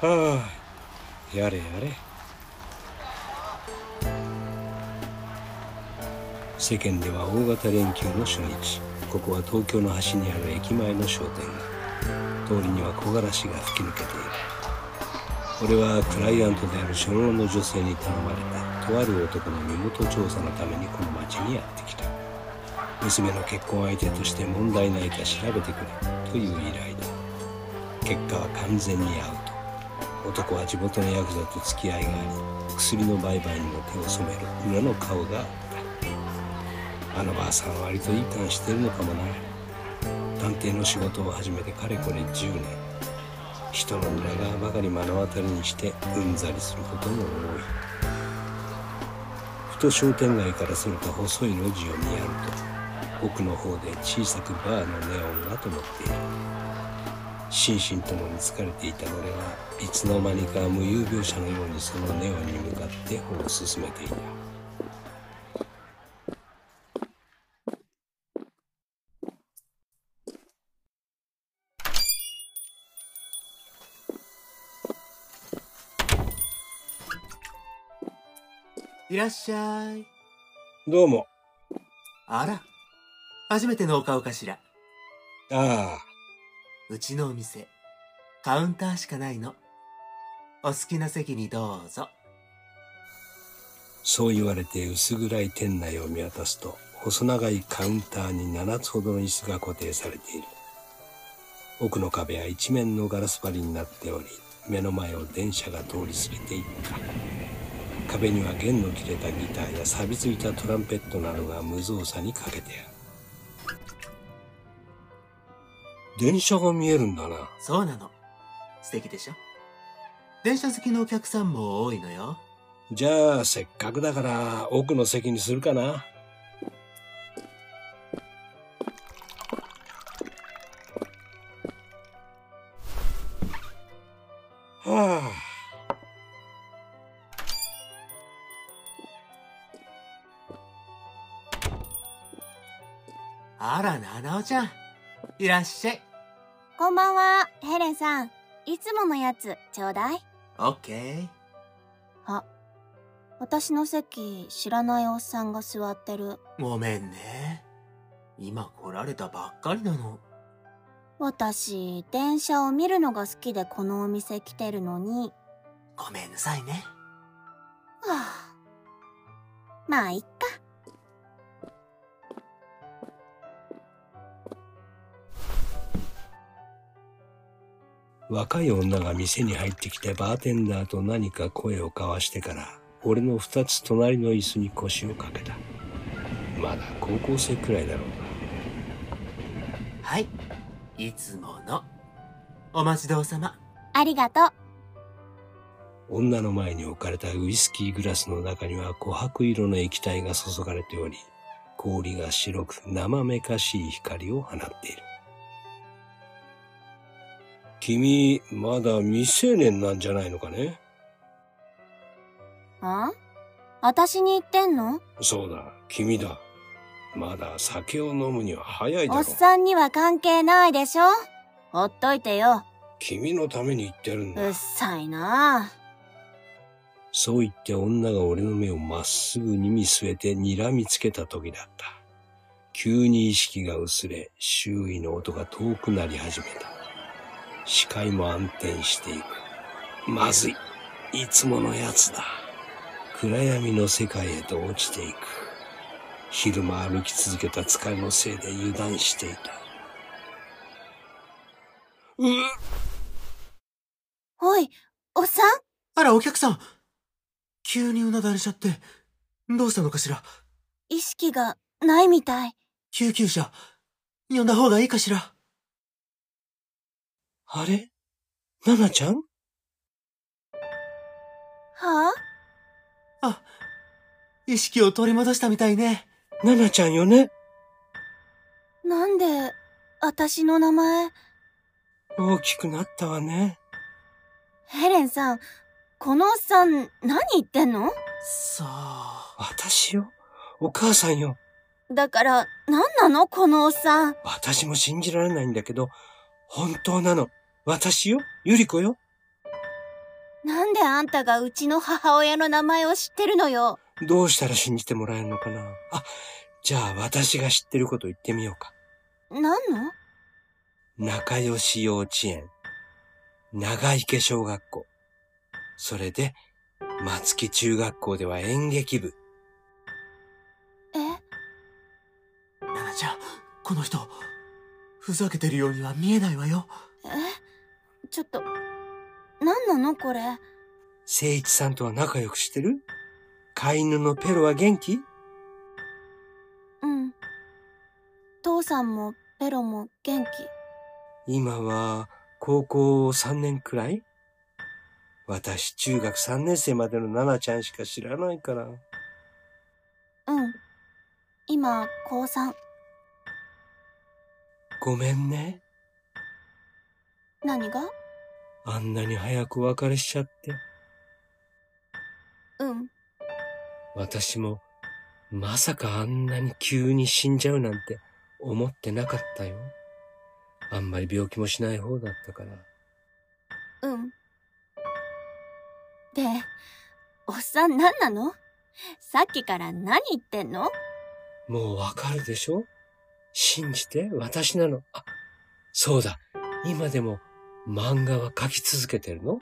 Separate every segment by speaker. Speaker 1: はあやれやれ世間では大型連休の初日ここは東京の端にある駅前の商店街通りには木枯らしが吹き抜けている俺はクライアントである初老の女性に頼まれたとある男の身元調査のためにこの町にやってきた娘の結婚相手として問題ないか調べてくれという依頼だ結果は完全にアウト男は地元のヤクザと付き合いがあり薬の売買にも手を染める裏の顔があったあのばあさんは割といい感してるのかもな探偵の仕事を始めてかれこれ10年人の裏側ばかり目の当たりにしてうんざりすることも多いふと商店街からすると細い路地を見やると奥の方で小さくバーのネオンが灯っている心身ともに疲れていた俺はいつの間にか無遊病者のようにそのネオンに向かって歩を進めていた
Speaker 2: いらっしゃい。
Speaker 1: どうも
Speaker 2: あら。初めてのお顔かしら。
Speaker 1: ああ
Speaker 2: うちのお店。カウンターしかないの。お好きな席にどうぞ。
Speaker 1: そう言われて薄暗い店内を見渡すと細長いカウンターに7つほどの椅子が固定されている奥の壁は一面のガラス張りになっており目の前を電車が通り過ぎていった壁には弦の切れたギターや錆びついたトランペットなどが無造作にかけてある電車が見えるんだな
Speaker 2: そうなの。素敵でしょ電車好きのお客さんも多いのよ。
Speaker 1: じゃあせっかくだから奥の席にするかなはあ
Speaker 2: あら、七尾ちゃん。いらっしゃい。
Speaker 3: こんばんは、ヘレンさん。いつものやつ、ちょうだい。
Speaker 2: オッケー。
Speaker 3: 私の席、知らないおっさんが座ってる。
Speaker 2: ごめんね。今来られたばっかりなの。
Speaker 3: 私、電車を見るのが好きでこのお店来てるのに。
Speaker 2: ごめんなさいね。
Speaker 3: はあ、まあ、いっか。
Speaker 1: 若い女が店に入ってきてバーテンダーと何か声を交わしてから俺の二つ隣の椅子に腰をかけたまだ高校生くらいだろう
Speaker 2: はい。いつもの。お待ちどうさま。
Speaker 3: ありがとう。
Speaker 1: 女の前に置かれたウイスキーグラスの中には琥珀色の液体が注がれており、氷が白く生めかしい光を放っている。君、まだ未成年なんじゃないのかね
Speaker 3: ん私に言ってんの
Speaker 1: そうだ、君だ。まだ酒を飲むには早いだ
Speaker 3: お
Speaker 1: ろう。
Speaker 3: っさんには関係ないでしょほっといてよ。
Speaker 1: 君のために言ってるんだ
Speaker 3: うっ。さいな
Speaker 1: そう言って女が俺の目をまっすぐに見据えて睨みつけた時だった。急に意識が薄れ、周囲の音が遠くなり始めた。視界も暗転していく。まずい。いつものやつだ。暗闇の世界へと落ちていく。昼間歩き続けた疲れのせいで油断していた。うっ
Speaker 3: おい、おっさん
Speaker 2: あら、お客さん。急にうなだれちゃって。どうしたのかしら
Speaker 3: 意識がないみたい。
Speaker 2: 救急車、呼んだ方がいいかしら
Speaker 1: あれナナちゃん
Speaker 3: は
Speaker 2: あ、意識を取り戻したみたいね。
Speaker 1: ナナちゃんよね
Speaker 3: あなんで、私の名前。
Speaker 1: 大きくなったわね。
Speaker 3: ヘレンさん、このおっさん、何言ってんの
Speaker 2: さあ、
Speaker 1: 私よ。お母さんよ。
Speaker 3: だから、何なのこのおっさん。
Speaker 1: 私も信じられないんだけど、本当なの。私よ。ゆり子よ。
Speaker 3: なんであんたがうちの母親の名前を知ってるのよ。
Speaker 1: どうしたら信じてもらえるのかなあ、じゃあ私が知ってること言ってみようか。
Speaker 3: なんの
Speaker 1: 仲良し幼稚園、長池小学校、それで、松木中学校では演劇部。
Speaker 3: え、
Speaker 2: ナナちゃん、この人、ふざけてるようには見えないわよ。
Speaker 3: え、ちょっと、なんなのこれ。
Speaker 1: 誠一さんとは仲良くしてる飼い犬のペロは元気
Speaker 3: うん。父さんもペロも元気。
Speaker 1: 今は高校3年くらい私中学3年生までのナナちゃんしか知らないから。
Speaker 3: うん。今、高3。
Speaker 1: ごめんね。
Speaker 3: 何が
Speaker 1: あんなに早くお別れしちゃって。
Speaker 3: うん。
Speaker 1: 私もまさかあんなに急に死んじゃうなんて思ってなかったよ。あんまり病気もしない方だったから。
Speaker 3: うん。で、おっさん何なのさっきから何言ってんの
Speaker 1: もうわかるでしょ信じて、私なの。あ、そうだ。今でも漫画は描き続けてるの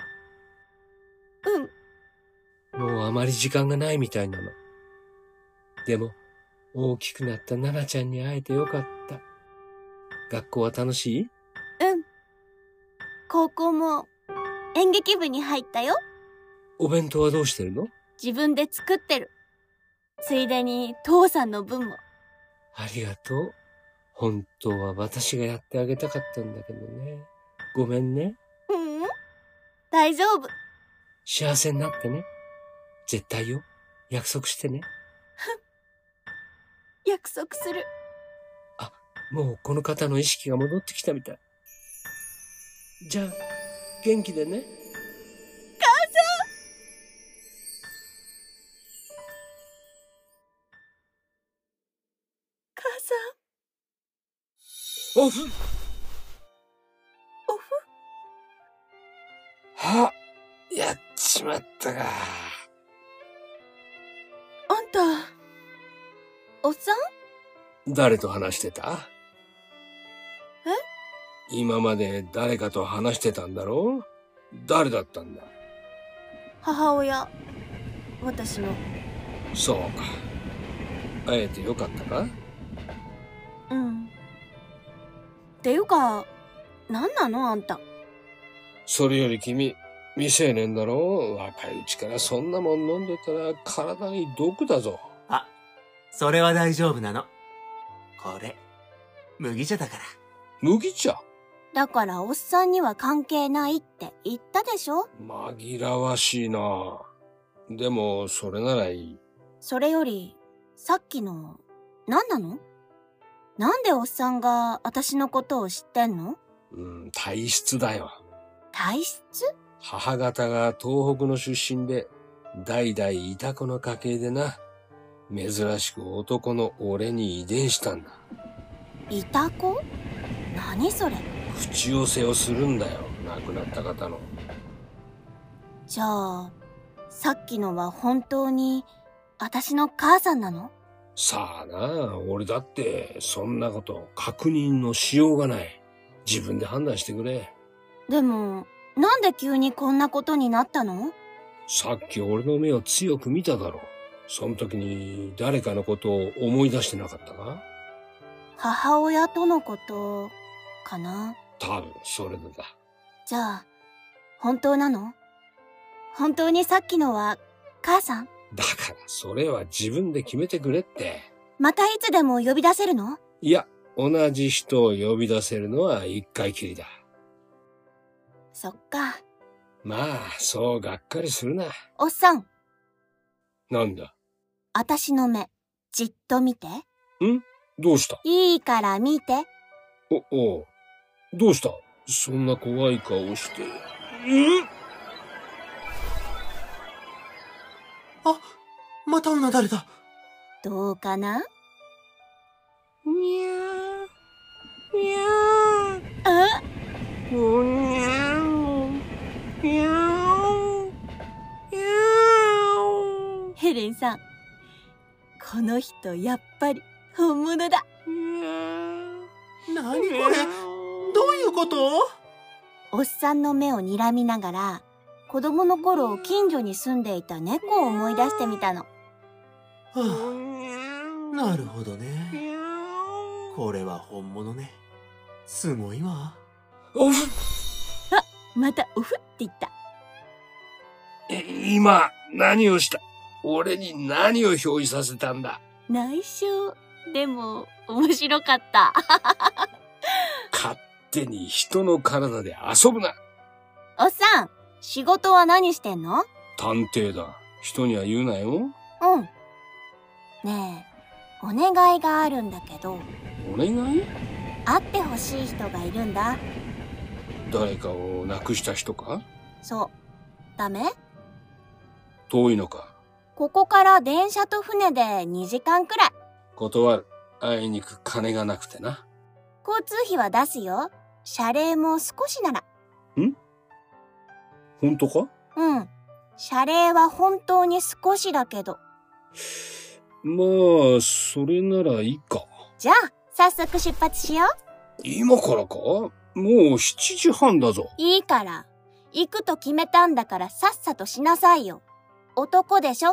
Speaker 3: うん。
Speaker 1: もうあまり時間がないみたいなの。でも、大きくなった奈々ちゃんに会えてよかった。学校は楽しい
Speaker 3: うん。高校も演劇部に入ったよ。
Speaker 1: お弁当はどうしてるの
Speaker 3: 自分で作ってる。ついでに父さんの分も。
Speaker 1: ありがとう。本当は私がやってあげたかったんだけどね。ごめんね。
Speaker 3: ううん。大丈夫。
Speaker 1: 幸せになってね。絶対よ。約束してね。
Speaker 3: 約束する。
Speaker 1: もうこの方の意識が戻ってきたみたい。じゃあ、元気でね。
Speaker 3: 母さん、
Speaker 1: オフ
Speaker 3: オフ
Speaker 1: は、やっちまったか。
Speaker 3: あんた、おっさん
Speaker 1: 誰と話してた
Speaker 3: え
Speaker 1: 今まで誰かと話してたんだろう誰だったんだ
Speaker 3: 母親。私の。
Speaker 1: そうか。会えてよかったか
Speaker 3: うん。っていうか、何なのあんた。
Speaker 1: それより君、未成年だろ若いうちからそんなもん飲んでたら体に毒だぞ。
Speaker 2: あ、それは大丈夫なの。これ、麦茶だから。
Speaker 1: 麦茶
Speaker 3: だからおっさんには関係ないって言ったでしょ
Speaker 1: 紛らわしいな。でも、それならいい。
Speaker 3: それより、さっきの、何なのなんでおっさんが私のことを知ってんの
Speaker 1: うん、体質だよ。
Speaker 3: 体質
Speaker 1: 母方が東北の出身で、代々いた子の家系でな。珍しく男の俺に遺伝したんだ。
Speaker 3: いた子何それ
Speaker 1: 口寄せをするんだよ。亡くなった方の。
Speaker 3: じゃあ、さっきのは本当に、私の母さんなの
Speaker 1: さあな、俺だって、そんなこと確認のしようがない。自分で判断してくれ。
Speaker 3: でも、なんで急にこんなことになったの
Speaker 1: さっき俺の目を強く見ただろう。その時に誰かのことを思い出してなかったか
Speaker 3: 母親とのこと、かな
Speaker 1: 多分それでだ。
Speaker 3: じゃあ、本当なの本当にさっきのは、母さん
Speaker 1: だからそれは自分で決めてくれって。
Speaker 3: またいつでも呼び出せるの
Speaker 1: いや、同じ人を呼び出せるのは一回きりだ。
Speaker 3: そっか。
Speaker 1: まあ、そうがっかりするな。
Speaker 3: おっさん、
Speaker 1: なんだ
Speaker 3: 私の目、じっと見て。
Speaker 1: どうした
Speaker 3: いいから見て。
Speaker 1: お、おうどうしたそんな怖い顔して。うん
Speaker 2: あ、またうなだれた。
Speaker 3: どうかな
Speaker 1: にゃー、にゃ
Speaker 3: あ
Speaker 1: ー、おにゃー、にゃー。
Speaker 3: さん。この人、やっぱり、本物だ。
Speaker 2: 何これどういうこと
Speaker 3: おっさんの目を睨みながら、子供の頃、近所に住んでいた猫を思い出してみたの。
Speaker 2: はあ、なるほどね。これは本物ね。すごいわ。
Speaker 1: おふ
Speaker 3: また、おふって言った。
Speaker 1: 今、何をした俺に何を表示させたんだ
Speaker 3: 内緒。でも、面白かった。
Speaker 1: 勝手に人の体で遊ぶな
Speaker 3: おっさん、仕事は何してんの
Speaker 1: 探偵だ。人には言うなよ。
Speaker 3: うん。ねえ、お願いがあるんだけど、
Speaker 1: お願い
Speaker 3: 会ってほしい人がいるんだ。
Speaker 1: 誰かを亡くした人か
Speaker 3: そう。ダメ
Speaker 1: 遠いのか
Speaker 3: ここから電車と船で2時間くらい。
Speaker 1: 断る。あいにく金がなくてな。
Speaker 3: 交通費は出すよ。謝礼も少しなら。
Speaker 1: 本当か
Speaker 3: うん。謝礼は本当に少しだけど。
Speaker 1: まあ、それならいいか。
Speaker 3: じゃあ、早速出発しよう。
Speaker 1: 今からかもう7時半だぞ。
Speaker 3: いいから。行くと決めたんだからさっさとしなさいよ。男でしょ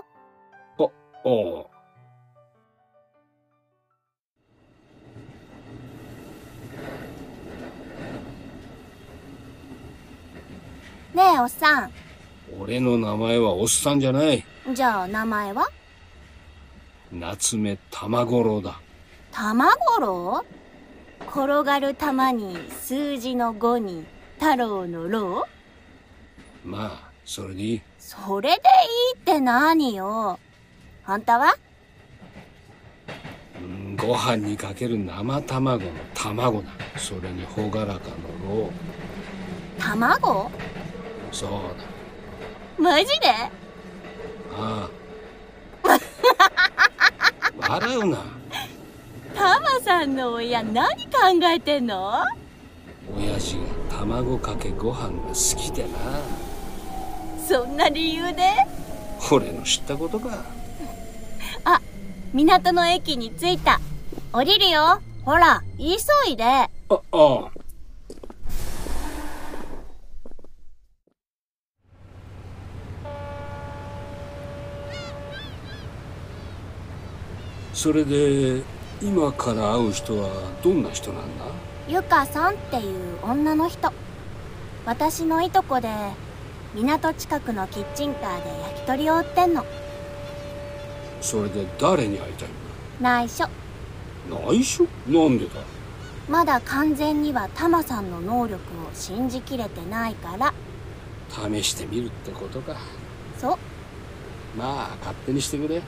Speaker 1: ああ。
Speaker 3: ねえ、おっさ
Speaker 1: 俺の名前はおっさんじゃない。
Speaker 3: ん。じゃあ、名前は
Speaker 1: 夏目玉五郎だ。
Speaker 3: 玉五郎転がる玉に数字の5に太郎の郎
Speaker 1: まあ、それでいい。
Speaker 3: それでいいって何よ。あんたは
Speaker 1: うんご飯にかける生卵の卵だ。それにほがらかのろ
Speaker 3: 卵
Speaker 1: う。そうだ。
Speaker 3: マジで
Speaker 1: ああ。笑うな。
Speaker 3: タマさんの親何考えてんの
Speaker 1: 親父が卵かけご飯が好きでな。
Speaker 3: そんな理由で
Speaker 1: 俺の知ったことか。
Speaker 3: 港の駅に着いた。降りるよ。ほら、急いで。
Speaker 1: あ、ああ。それで今から会う人はどんな人なんだ
Speaker 3: ゆかさんっていう女の人私のいとこで港近くのキッチンカーで焼き鳥を売ってんの
Speaker 1: それで誰に会いたい
Speaker 3: 内緒
Speaker 1: の内緒なんでだ
Speaker 3: まだ完全にはタマさんの能力を信じきれてないから
Speaker 1: 試してみるってことか
Speaker 3: そう
Speaker 1: まあ勝手にしてくれ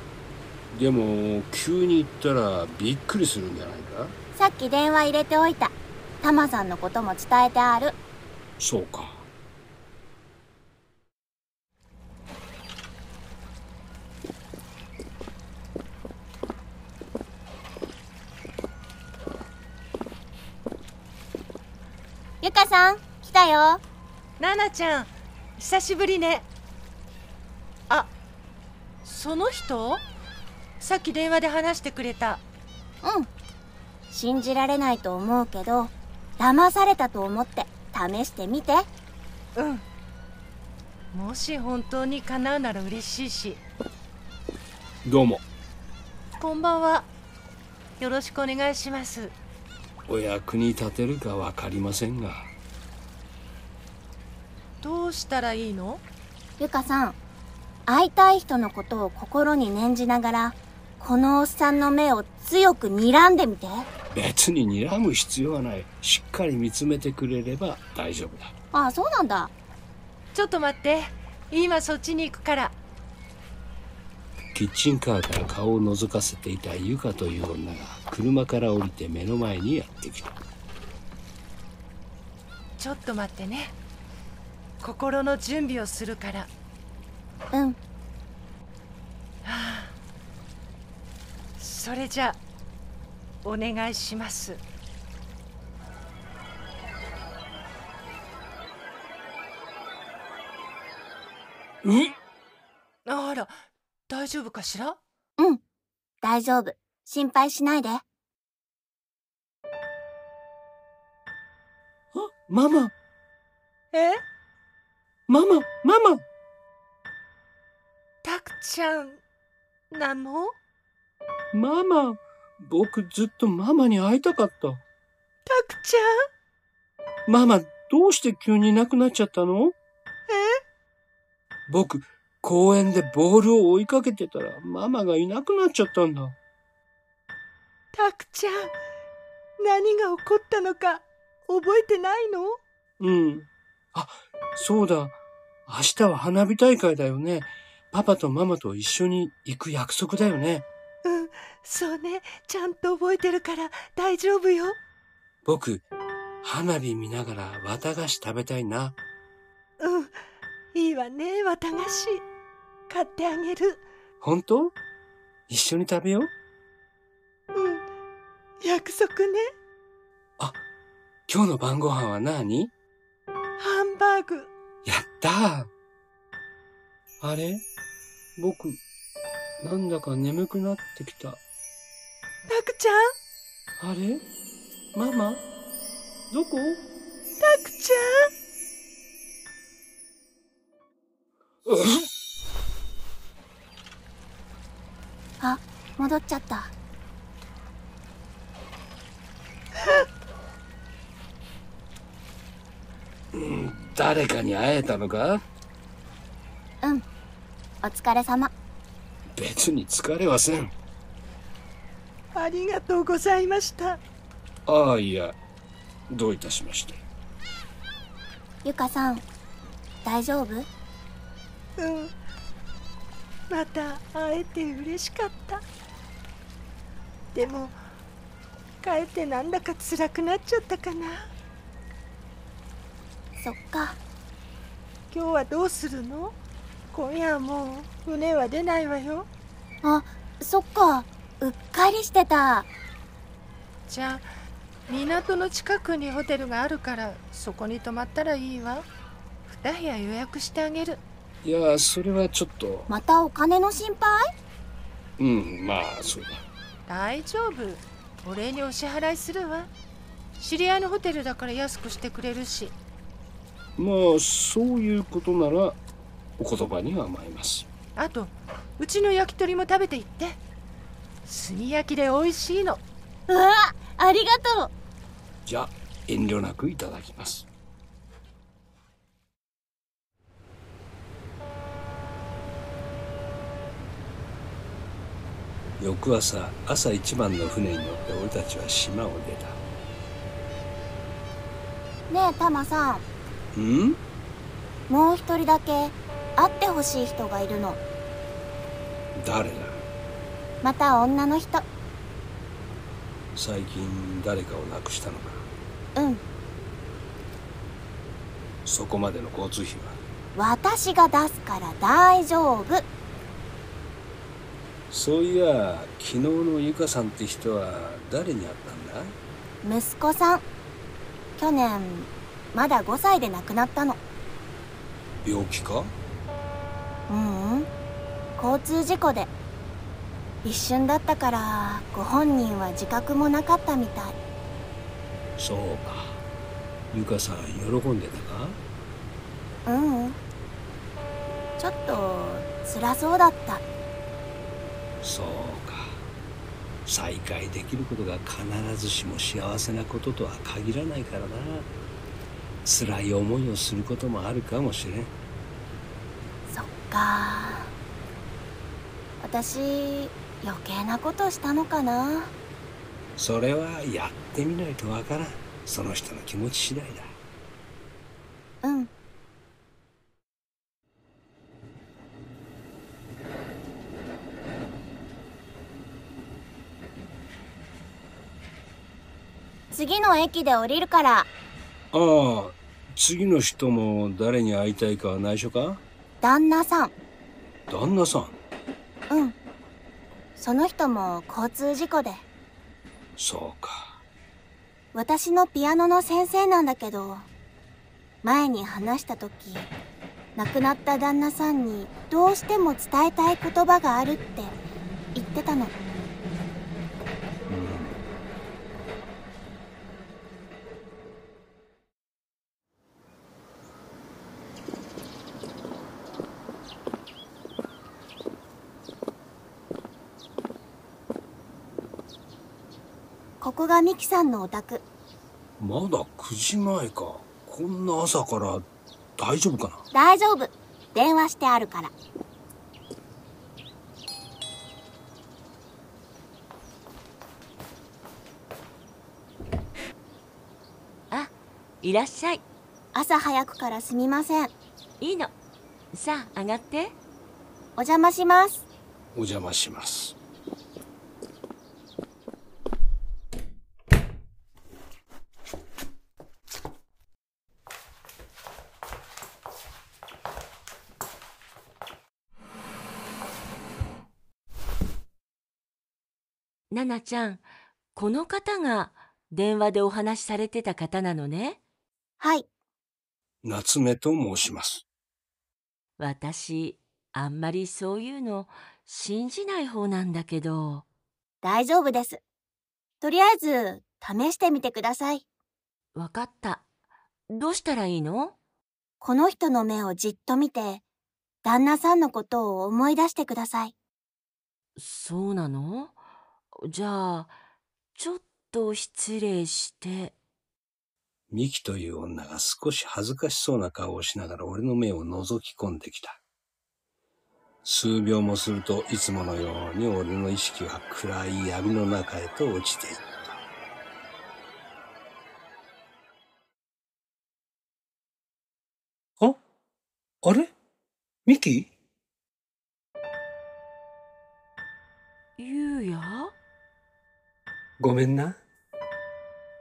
Speaker 1: でも急に行ったらびっくりするんじゃないか
Speaker 3: さっき電話入れておいたタマさんのことも伝えてある
Speaker 1: そうか
Speaker 3: ゆかさん来たよ
Speaker 4: ナナちゃん久しぶりねあその人さっき電話で話してくれた
Speaker 3: うん信じられないと思うけど騙されたと思って試してみて
Speaker 4: うんもし本当に叶うなら嬉しいし
Speaker 1: どうも
Speaker 4: こんばんはよろしくお願いします
Speaker 1: お役に立てるかわかりませんが
Speaker 4: どうしたらいいの
Speaker 3: ゆかさん、会いたい人のことを心に念じながら、このおっさんの目を強く睨んでみて。
Speaker 1: 別に睨む必要はないしっかり見つめてくれれば大丈夫だ
Speaker 3: ああ、そうなんだ。
Speaker 4: ちょっと待って今そっちに行くから
Speaker 1: キッチンカーから顔を覗かせていたユカという女が車から降りて目の前にやってきた
Speaker 4: ちょっと待ってね心の準備をするから
Speaker 3: うん、
Speaker 4: それじゃあお願いします
Speaker 1: うん
Speaker 4: あら大
Speaker 5: 大丈夫かしら
Speaker 3: 大丈夫。心配しないで。
Speaker 4: ママ、
Speaker 5: え
Speaker 4: ママ、ママ
Speaker 5: たくちゃんなの
Speaker 4: ママ、僕ずっとママに会いたかった。
Speaker 5: たくちゃん
Speaker 4: ママ、どうして急にいなくなっちゃったの
Speaker 5: え
Speaker 4: 僕、公園でボールを追いかけてたら、ママがいなくなっちゃったんだ。
Speaker 5: たくちゃん何が起こったのか覚えてないの
Speaker 4: うん。あ、そうだ。明日は花火大会だよね。パパとママと一緒に行く約束だよね。
Speaker 5: うんそうねちゃんと覚えてるから大丈夫よ
Speaker 4: 僕、花火見ながら綿菓子食べたいな。
Speaker 5: うんいいわね綿菓子買ってあげる
Speaker 4: 本当一緒に食べよう。
Speaker 5: うん約束ね
Speaker 4: 今日の晩ご飯は何
Speaker 5: ハンバーグ
Speaker 4: やったーあれ僕、なんだか眠くなってきた。
Speaker 5: たくちゃん
Speaker 4: あれママどこ
Speaker 5: たくちゃん
Speaker 3: あ、戻っちゃった。
Speaker 4: 誰かに会えたのか
Speaker 3: うん。お疲れ様。
Speaker 4: 別に疲れはせん。
Speaker 5: ありがとうございました
Speaker 4: ああ、いや、どういたしまして。
Speaker 3: ゆかさん、大丈夫
Speaker 5: うんまた会えて嬉しかったでも帰ってなんだか辛くなっちゃったかな
Speaker 3: そっか。
Speaker 5: 今日はどうするの今夜はもう船は出ないわよ
Speaker 3: あ、そっか。うっかりしてた。
Speaker 5: じゃあ港の近くにホテルがあるからそこに泊まったらいいわ2部屋予約してあげる
Speaker 4: いや、それはちょっと、
Speaker 3: またお金の心配
Speaker 4: うん、まあ、そうだ。
Speaker 5: 大丈夫お礼にお支払いするわ知り合いのホテルだから安くしてくれるし
Speaker 4: まあ、そういうことなら、お言葉には甘えます。
Speaker 5: あとうちの焼き鳥も食べていって炭焼きで美味しいの
Speaker 3: うわ、ありがとう。
Speaker 4: じゃあ、遠慮なくいただきます。翌朝、朝一番の船に乗って俺たちは島を出た。
Speaker 3: ねえ、タマさん。
Speaker 4: うん
Speaker 3: もう一人だけ会ってほしい人がいるの。
Speaker 4: 誰だ
Speaker 3: また女の人。
Speaker 4: 最近誰かを亡くしたのか
Speaker 3: うん。
Speaker 4: そこまでの交通費は
Speaker 3: 私が出すから大丈夫。
Speaker 4: そういや昨日のゆかさんって人は誰に会ったんだ
Speaker 3: 息子さん。去年、まだ5歳で亡くなったの。
Speaker 4: 病気か
Speaker 3: ううん。交通事故で。一瞬だったから、ご本人は自覚もなかったみたい。
Speaker 4: そうかゆかさん喜んでたか
Speaker 3: うん。ちょっと、辛そうだった。
Speaker 4: そうか再会できることが必ずしも幸せなこととは限らないからな辛い思いをすることもあるかもしれん
Speaker 3: そっか私余計なことしたのかな
Speaker 4: それはやってみないとわからんその人の気持ち次第だ
Speaker 3: うん次の駅で降りるから
Speaker 4: ああ次の人も誰に会いたいかは内緒か
Speaker 3: 旦那さん
Speaker 4: 旦那さん
Speaker 3: うんその人も交通事故で
Speaker 4: そうか
Speaker 3: 私のピアノの先生なんだけど前に話した時亡くなった旦那さんにどうしても伝えたい言葉があるって言ってたのここがミキさんのお宅
Speaker 1: まだ9時前かこんな朝から大丈夫かな
Speaker 3: 大丈夫電話してあるから
Speaker 5: あいらっしゃい
Speaker 3: 朝早くからすみません
Speaker 5: いいのさあ上がって
Speaker 3: お邪魔します
Speaker 1: お邪魔します
Speaker 5: ナナちゃんこの方が電話でお話しされてた方なのね
Speaker 3: はい
Speaker 1: 夏目と申します
Speaker 5: 私あんまりそういうの信じない方なんだけど
Speaker 3: 大丈夫ですとりあえず試してみてください
Speaker 5: わかったどうしたらいいの
Speaker 3: この人の目をじっと見て旦那さんのことを思い出してください
Speaker 5: そうなのじゃあちょっと失礼して
Speaker 1: ミキという女が少し恥ずかしそうな顔をしながら俺の目を覗き込んできた数秒もするといつものように俺の意識は暗い闇の中へと落ちていったああれミキ
Speaker 5: ゆうや
Speaker 1: ごめんな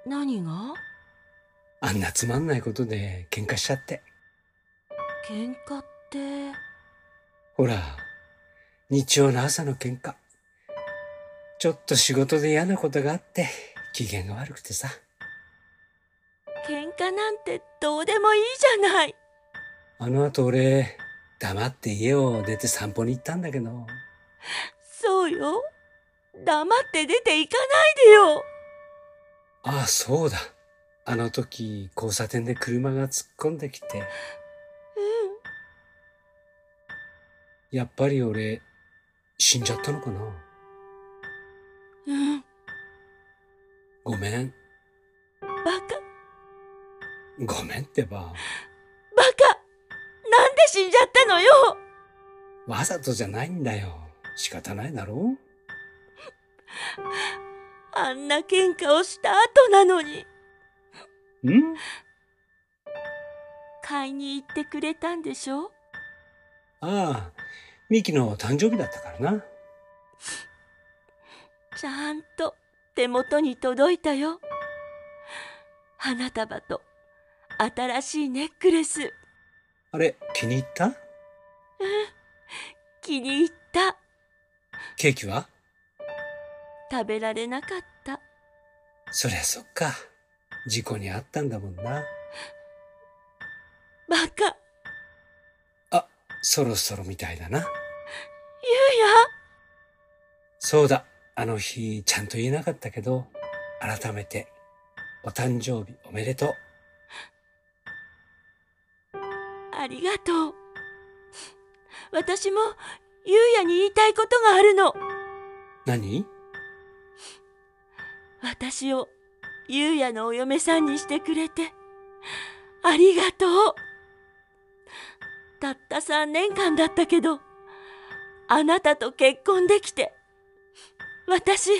Speaker 5: 何が
Speaker 1: あんなつまんないことで喧嘩しちゃって
Speaker 5: 喧嘩って
Speaker 1: ほら、日曜の朝の喧嘩。ちょっと仕事で嫌なことがあって、機嫌が悪くてさ。
Speaker 5: 喧嘩なんてどうでもいいじゃない
Speaker 1: あの後俺、黙って家を出て散歩に行ったんだけど、
Speaker 5: そうよ黙って出て行かないでよ
Speaker 1: ああ、そうだ。あの時、交差点で車が突っ込んできて、やっぱり俺、死んじゃったのかな
Speaker 5: うんうん
Speaker 1: ごめん。
Speaker 5: バカ
Speaker 1: ごめんってば、
Speaker 5: バカなんで死んじゃったのよ
Speaker 1: わざとじゃないんだよ。仕方ないだろ
Speaker 5: あんな喧嘩をした後なのに
Speaker 1: うん
Speaker 5: 買いに行ってくれたんでしょ
Speaker 1: ああ、ミキの誕生日だったからな。
Speaker 5: ちゃんと手元に届いたよ花束と新しいネックレス
Speaker 1: あれ、気に入った
Speaker 5: 気に入った
Speaker 1: ケーキは
Speaker 5: 食べられなかった
Speaker 1: そりゃそっか。事故に遭ったんだもんな。
Speaker 5: バカ
Speaker 1: そろそろみたいだな。
Speaker 5: ゆうや
Speaker 1: そうだ。あの日、ちゃんと言えなかったけど、改めて、お誕生日おめでとう。
Speaker 5: ありがとう。私も、ゆうやに言いたいことがあるの。
Speaker 1: 何
Speaker 5: 私を、ゆうやのお嫁さんにしてくれて、ありがとう。たった3年間だったけど、あなたと結婚できて、私、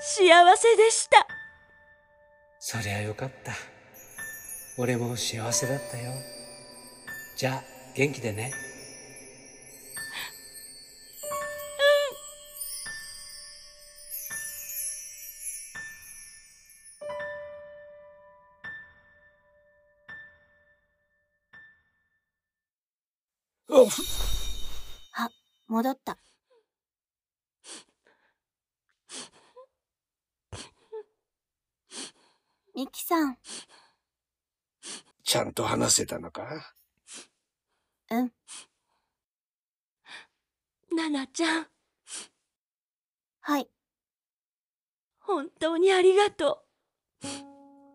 Speaker 5: 幸せでした。
Speaker 1: そりゃよかった。俺も幸せだったよ。じゃあ、元気でね。
Speaker 3: 戻ったミキさん
Speaker 1: ちゃんと話せたのか
Speaker 3: うん
Speaker 6: ナナちゃん、
Speaker 3: はい
Speaker 6: 本当にありがと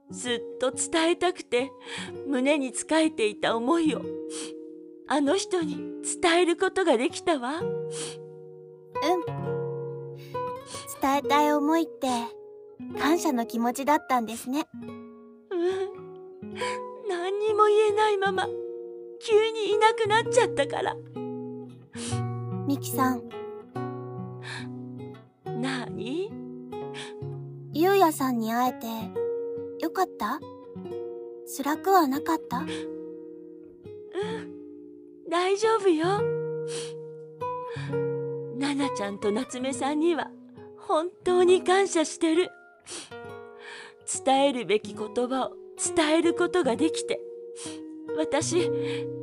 Speaker 6: う。ずっと伝えたくて、胸に仕えていた思いを、あの人に伝えることができたわ。
Speaker 3: 伝えたい思いって感謝の気持ちだったんですね
Speaker 6: うん。何にも言えないまま、急にいなくなっちゃったから。
Speaker 3: ミキさん
Speaker 6: なあに
Speaker 3: ゆうやさんに会えてよかった辛くはなかった
Speaker 6: 大丈夫よ。ナナちゃんと夏目さんには本当に感謝してる。伝えるべき言葉を伝えることができて、私、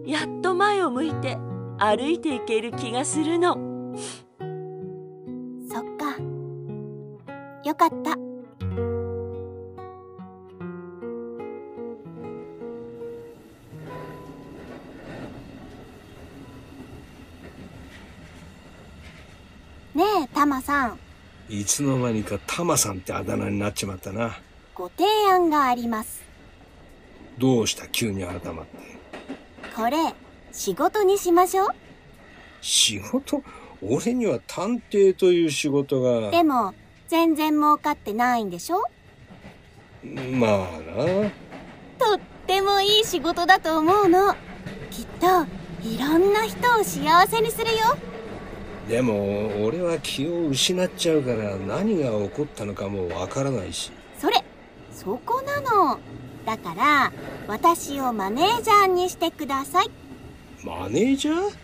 Speaker 6: やっと前を向いて歩いていける気がするの。
Speaker 3: そっかよかったねえタマさん
Speaker 1: いつの間にかタマさんってあだ名になっちまったな。
Speaker 3: ご提案があります
Speaker 1: どうした急に改まって。
Speaker 3: これ仕事にしましょう
Speaker 1: 仕事俺には探偵という仕事が。
Speaker 3: でも全然儲かってないんでしょ
Speaker 1: まあな。
Speaker 3: とってもいい仕事だと思うのきっといろんな人を幸せにするよ
Speaker 1: でも俺は気を失っちゃうから何が起こったのかもわからないし。
Speaker 3: それそこなのだから私をマネージャーにしてください
Speaker 1: マネージャー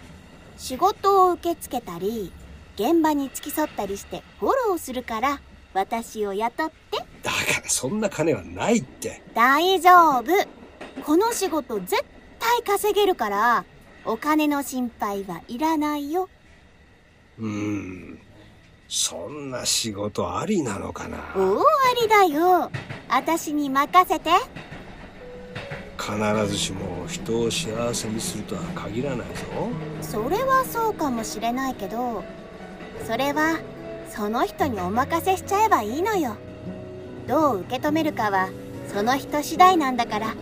Speaker 3: 仕事を受け付けたり現場に付き添ったりしてフォローするから私を雇って
Speaker 1: だからそんな金はないって。
Speaker 3: 大丈夫この仕事絶対稼げるからお金の心配はいらないよ
Speaker 1: うーん。そんな仕事ありなのかな。
Speaker 3: 大ありだよ私に任せて
Speaker 1: 必ずしも人を幸せにするとは限らないぞ。
Speaker 3: それはそうかもしれないけどそれはその人にお任せしちゃえばいいのよどう受け止めるかはその人次第なんだから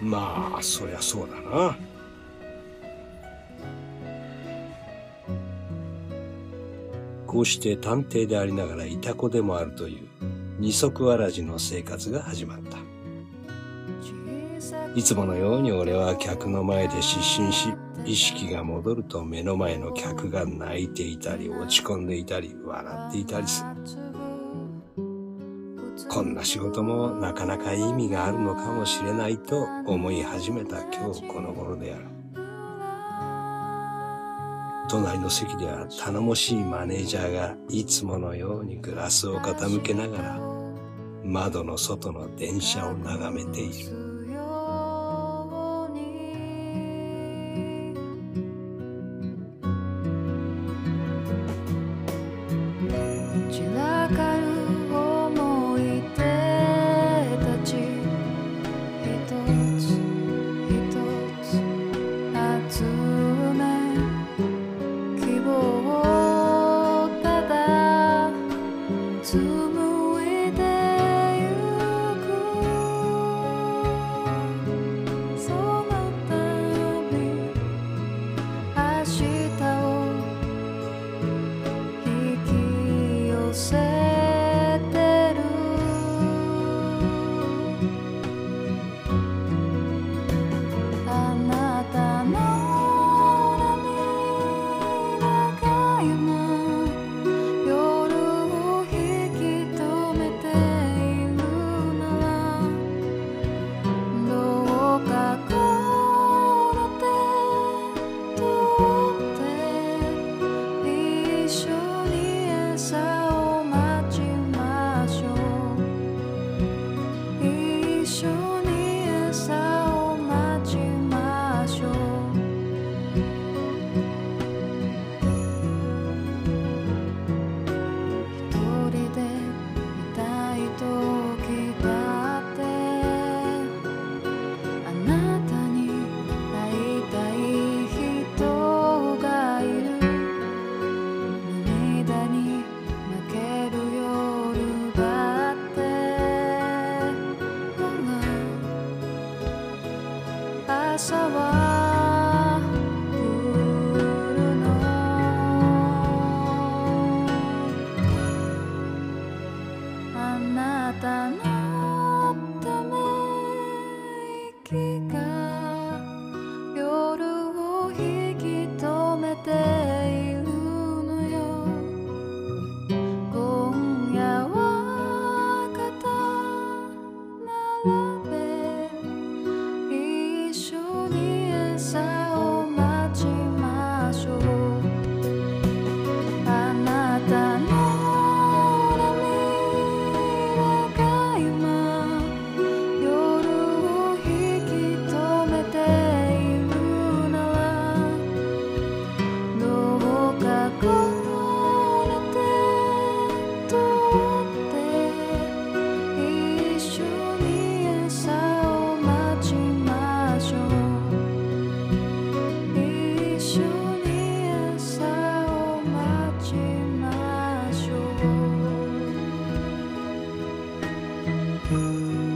Speaker 1: まあそりゃそうだなこうして探偵でありながらいた子でもあるという二足わらじの生活が始まったいつものように俺は客の前で失神し意識が戻ると目の前の客が泣いていたり落ち込んでいたり笑っていたりするこんな仕事もなかなか意味があるのかもしれないと思い始めた今日この頃である。隣の席では頼もしいマネージャーがいつものようにグラスを傾けながら窓の外の電車を眺めている。
Speaker 5: 散らかる思い出たち一つ一つ集め希望をただ紡いでゆくそのたび明日を引き寄せてるあなたの涙が今夜を引き止めているならどうか心でとって一緒に朝を待ちましょう一緒に朝を待ちましょう一人でいたい時だってあなたに会い
Speaker 7: 「